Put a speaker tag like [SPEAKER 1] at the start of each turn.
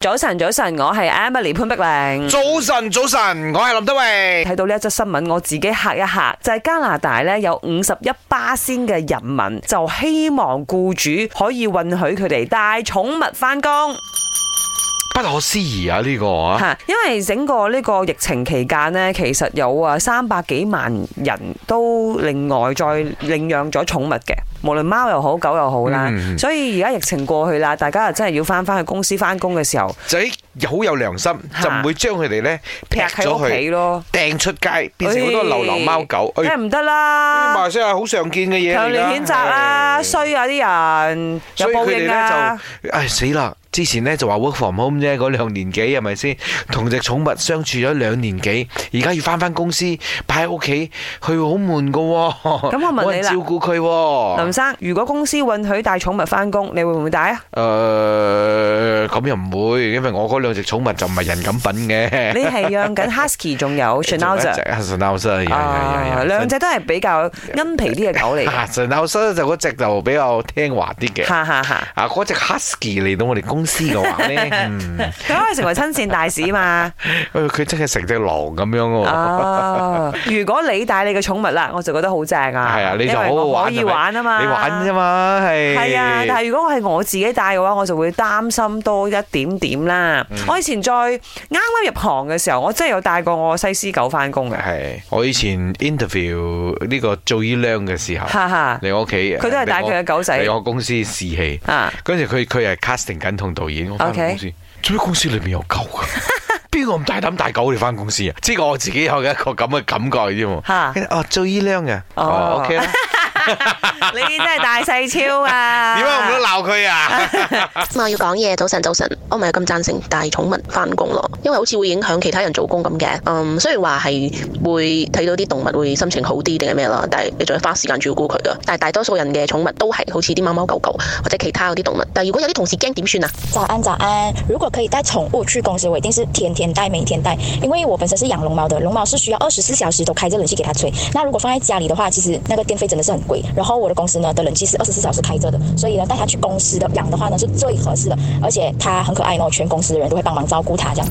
[SPEAKER 1] 早晨，早晨，我係 Emily 潘碧玲。
[SPEAKER 2] 早晨，早晨，我系林德榮。
[SPEAKER 1] 睇到呢一則新聞，我自己嚇一嚇，就係、加拿大咧有五十一巴仙嘅人民就希望僱主可以允許佢哋帶寵物翻工
[SPEAKER 2] 不可思議啊！呢、個啊，
[SPEAKER 1] 嚇，因為整個呢個疫情期間呢，其實有啊三百幾萬人都另外再領養咗寵物嘅，無論貓又好狗又好啦。
[SPEAKER 2] 嗯
[SPEAKER 1] 所以而家疫情過去啦，大家真係要翻翻去公司翻工嘅時候，
[SPEAKER 2] 仔好有良心，
[SPEAKER 1] 嚇
[SPEAKER 2] 就唔會將佢哋咧劈
[SPEAKER 1] 劈喺
[SPEAKER 2] 咗
[SPEAKER 1] 屋企
[SPEAKER 2] 佢，
[SPEAKER 1] 咯。
[SPEAKER 2] 掟出街，變成好多流浪貓狗。哎
[SPEAKER 1] 梗係唔得
[SPEAKER 2] 馬
[SPEAKER 1] 啦，
[SPEAKER 2] 來西亞好常見嘅嘢嚟㗎
[SPEAKER 1] 強烈譴責啊，
[SPEAKER 2] 係
[SPEAKER 1] 衰啊啲人，有
[SPEAKER 2] 所以佢
[SPEAKER 1] 報
[SPEAKER 2] 哋
[SPEAKER 1] 應
[SPEAKER 2] 咧
[SPEAKER 1] 啊！
[SPEAKER 2] 就，唉死啦！之前咧就話 work from home 啫，嗰兩年幾係咪先？同只寵物相處咗兩年幾，而家要翻翻公司擺喺屋企，佢會好悶噶喎。
[SPEAKER 1] 咁我問
[SPEAKER 2] 冇人
[SPEAKER 1] 你啦
[SPEAKER 2] 照顧佢喎。
[SPEAKER 1] 林生，如果公司允許帶寵物翻工，你會唔會帶 啊？
[SPEAKER 2] 誒咁又唔會，因為我嗰兩隻寵物就唔係人咁品嘅。
[SPEAKER 1] 你係養緊 husky，仲 有 c h i n a u z
[SPEAKER 2] 仲有一隻
[SPEAKER 1] e
[SPEAKER 2] 啊 Schnauzer，係係係
[SPEAKER 1] 啊，
[SPEAKER 2] 係
[SPEAKER 1] 兩隻都係比 較恩皮啲嘅狗嚟嘅，
[SPEAKER 2] 啊 Schnauzer 就嗰只就比較聽話啲嘅。
[SPEAKER 1] 哈哈哈！
[SPEAKER 2] 啊，嗰只 À, Husky 嚟到我哋公司嘅話咧，嗯
[SPEAKER 1] 佢可以成為親善大使 嘛？
[SPEAKER 2] 喂佢真係成隻狼咁樣喎。
[SPEAKER 1] Ờ. 啊，如果你帶你嘅寵物啦，我就覺得好正啊！
[SPEAKER 2] 係啊，你就好
[SPEAKER 1] 因為
[SPEAKER 2] 好
[SPEAKER 1] 我
[SPEAKER 2] 玩
[SPEAKER 1] 可以玩啊嘛，
[SPEAKER 2] 你玩啫嘛，係。
[SPEAKER 1] 係啊，但係如果我係我自己帶嘅話，我就會擔心多一點點啦。
[SPEAKER 2] 嗯
[SPEAKER 1] 我以前再啱啱入行嘅時候，我真係有帶過我西施狗翻工嘅，
[SPEAKER 2] 係我以前 interview 呢個做姨娘嘅時候，
[SPEAKER 1] 哈哈，
[SPEAKER 2] 嚟我屋企，
[SPEAKER 1] 佢都係帶佢嘅狗仔
[SPEAKER 2] 嚟我公司試戲。
[SPEAKER 1] 啊，
[SPEAKER 2] 跟住佢佢係 casting 緊同導演，我翻
[SPEAKER 1] OK
[SPEAKER 2] 公司，做咩公司裏面有狗 㗎？邊個咁大膽帶狗嚟翻公司啊？即係我自己有一個咁嘅感覺啫嘛。
[SPEAKER 1] 嚇
[SPEAKER 2] 跟住哦，做依娘嘅，
[SPEAKER 1] 哦
[SPEAKER 2] 哦 OK 啦。
[SPEAKER 1] 你真係大細超啊！
[SPEAKER 2] 點解我唔得鬧佢啊？
[SPEAKER 3] 我要講嘢，早晨早晨，哦我唔係咁贊成帶寵物翻工咯，因為好似會影響其他人做工咁嘅。嗯，雖然話係會睇到啲動物會心情好啲定係咩啦，但係你仲要花時間照顧佢噶。但係大多數人嘅寵物都係好似啲貓貓狗狗或者其他嗰啲動物。但係如果有啲同事驚點算啊？
[SPEAKER 4] 早安，早安。如果可以带宠物去公司，我一定是天天带，每天带，因为我本身是养龙猫的，龙猫是需要二十四小时都开着冷气给它吹。那如果放在家里的话，其实那个电费真的是很贵。然后我的公司呢的冷气是二十四小时开着的，所以呢哦带它去公司的养的话呢是最合适的，而且它很可爱呢，全公司的人都会帮忙照顾它这样。